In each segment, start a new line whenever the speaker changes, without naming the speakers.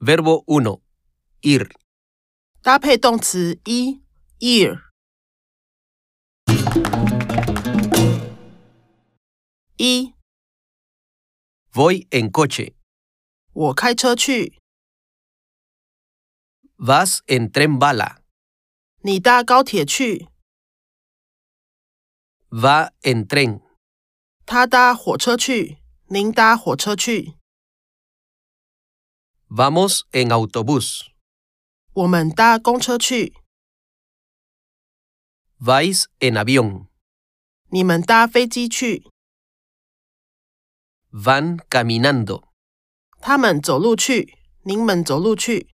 Verbo 1. Ir.
搭配动词一 ear。一，
Voy en coche.
我开车去，
Vas en tren bala.
你搭高铁去，
Va en tren.
他搭火车去，您搭火车去，
Vamos en autobús.
我们搭公车去，
Vais en avión.
你们搭飞机去，
Van caminando.
他们走路去，您们走路去。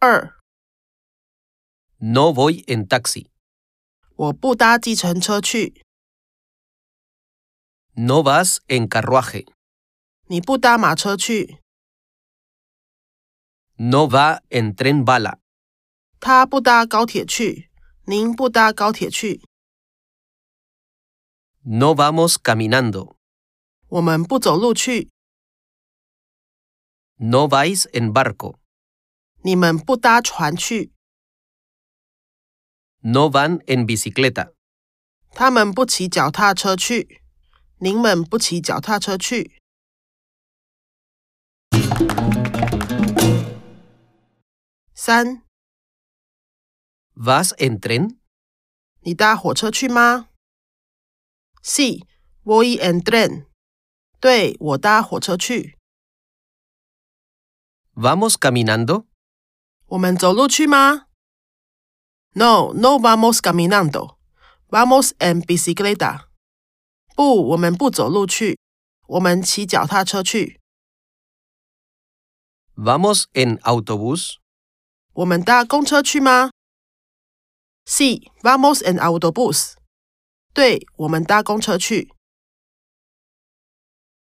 二，
No voy en taxi.
我不搭计程车去，
No vas en carruaje.
你不搭马车去，
No va en tren bala.
他不搭高铁去，您不搭高铁去，
No vamos caminando.
我们不走路去，
No vais en barco.
你们不搭船去，
No van en bicicleta.
他们不骑脚踏车去，您们不骑脚踏车去。三，
¿Vas en tren?
你搭火车去吗？C. Voy en tren。对，我搭火车去。
¿Vamos caminando?
我们走路去吗？No, no vamos caminando. Vamos en bicicleta. 不，我们不走路去，我们骑脚踏车去。
¿Vamos en autobús?
我们搭公车去吗？Sí, vamos en autobús。对，我们搭公车去。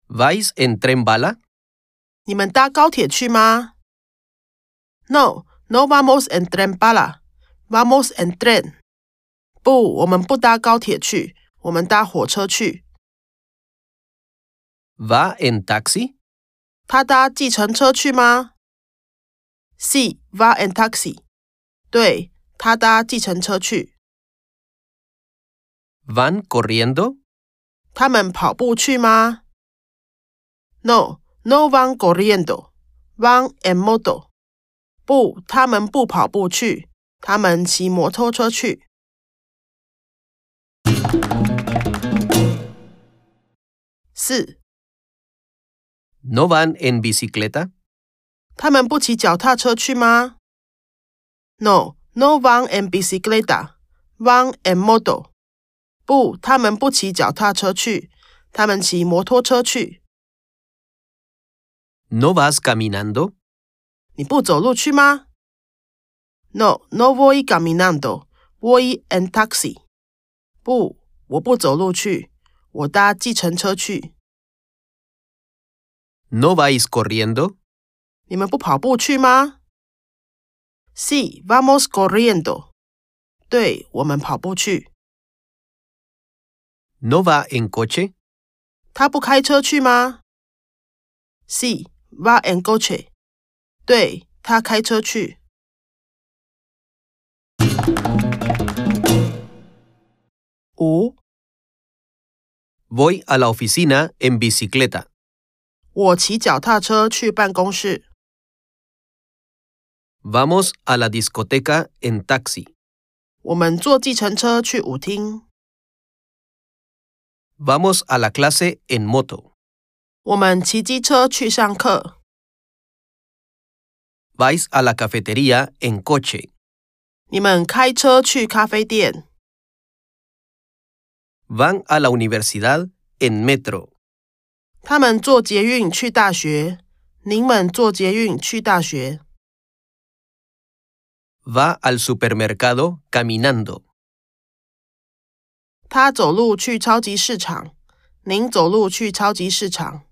¿Vais en tren bala?
你们搭高铁去吗？No, no vamos en tren bala. Vamos en tren。不，我们不搭高铁去，我们搭火车去。
¿Va en taxi?
他搭计程车去吗？Sí, va en taxi。对，他搭计程车去。
¿Van corriendo?
他们跑步去吗？No, no van corriendo, van en moto。不，他们不跑步去，他们骑摩托车去。四，
¿No van en bicicleta?
他们不骑脚踏车去吗？No, no van en bicicleta, van en moto。不，他们不骑脚踏车去，他们骑摩托车去。
¿No vas caminando?
你不走路去吗？No, no voy caminando, voy en taxi。不，我不走路去，我搭计程车去。
¿No vais corriendo?
你们不跑步去吗？Sí, vamos corriendo。对，我们跑步去。
¿No va en coche?
他不开车去吗？Sí, va en coche。对，他开车去。五，
Voy a la oficina en bicicleta.
我骑脚踏车去办公室。
Vamos a la discoteca en taxi.
我们坐计程车去舞厅。
Vamos a la clase en moto.
我们骑机车去上课。
Vais a la cafetería en coche.
你们开车去咖啡店。
Van a la universidad en metro.
他们坐捷运去大学，您们坐捷运去大学。
Va al supermercado caminando.
他走路去超级市场，您走路去超级市场。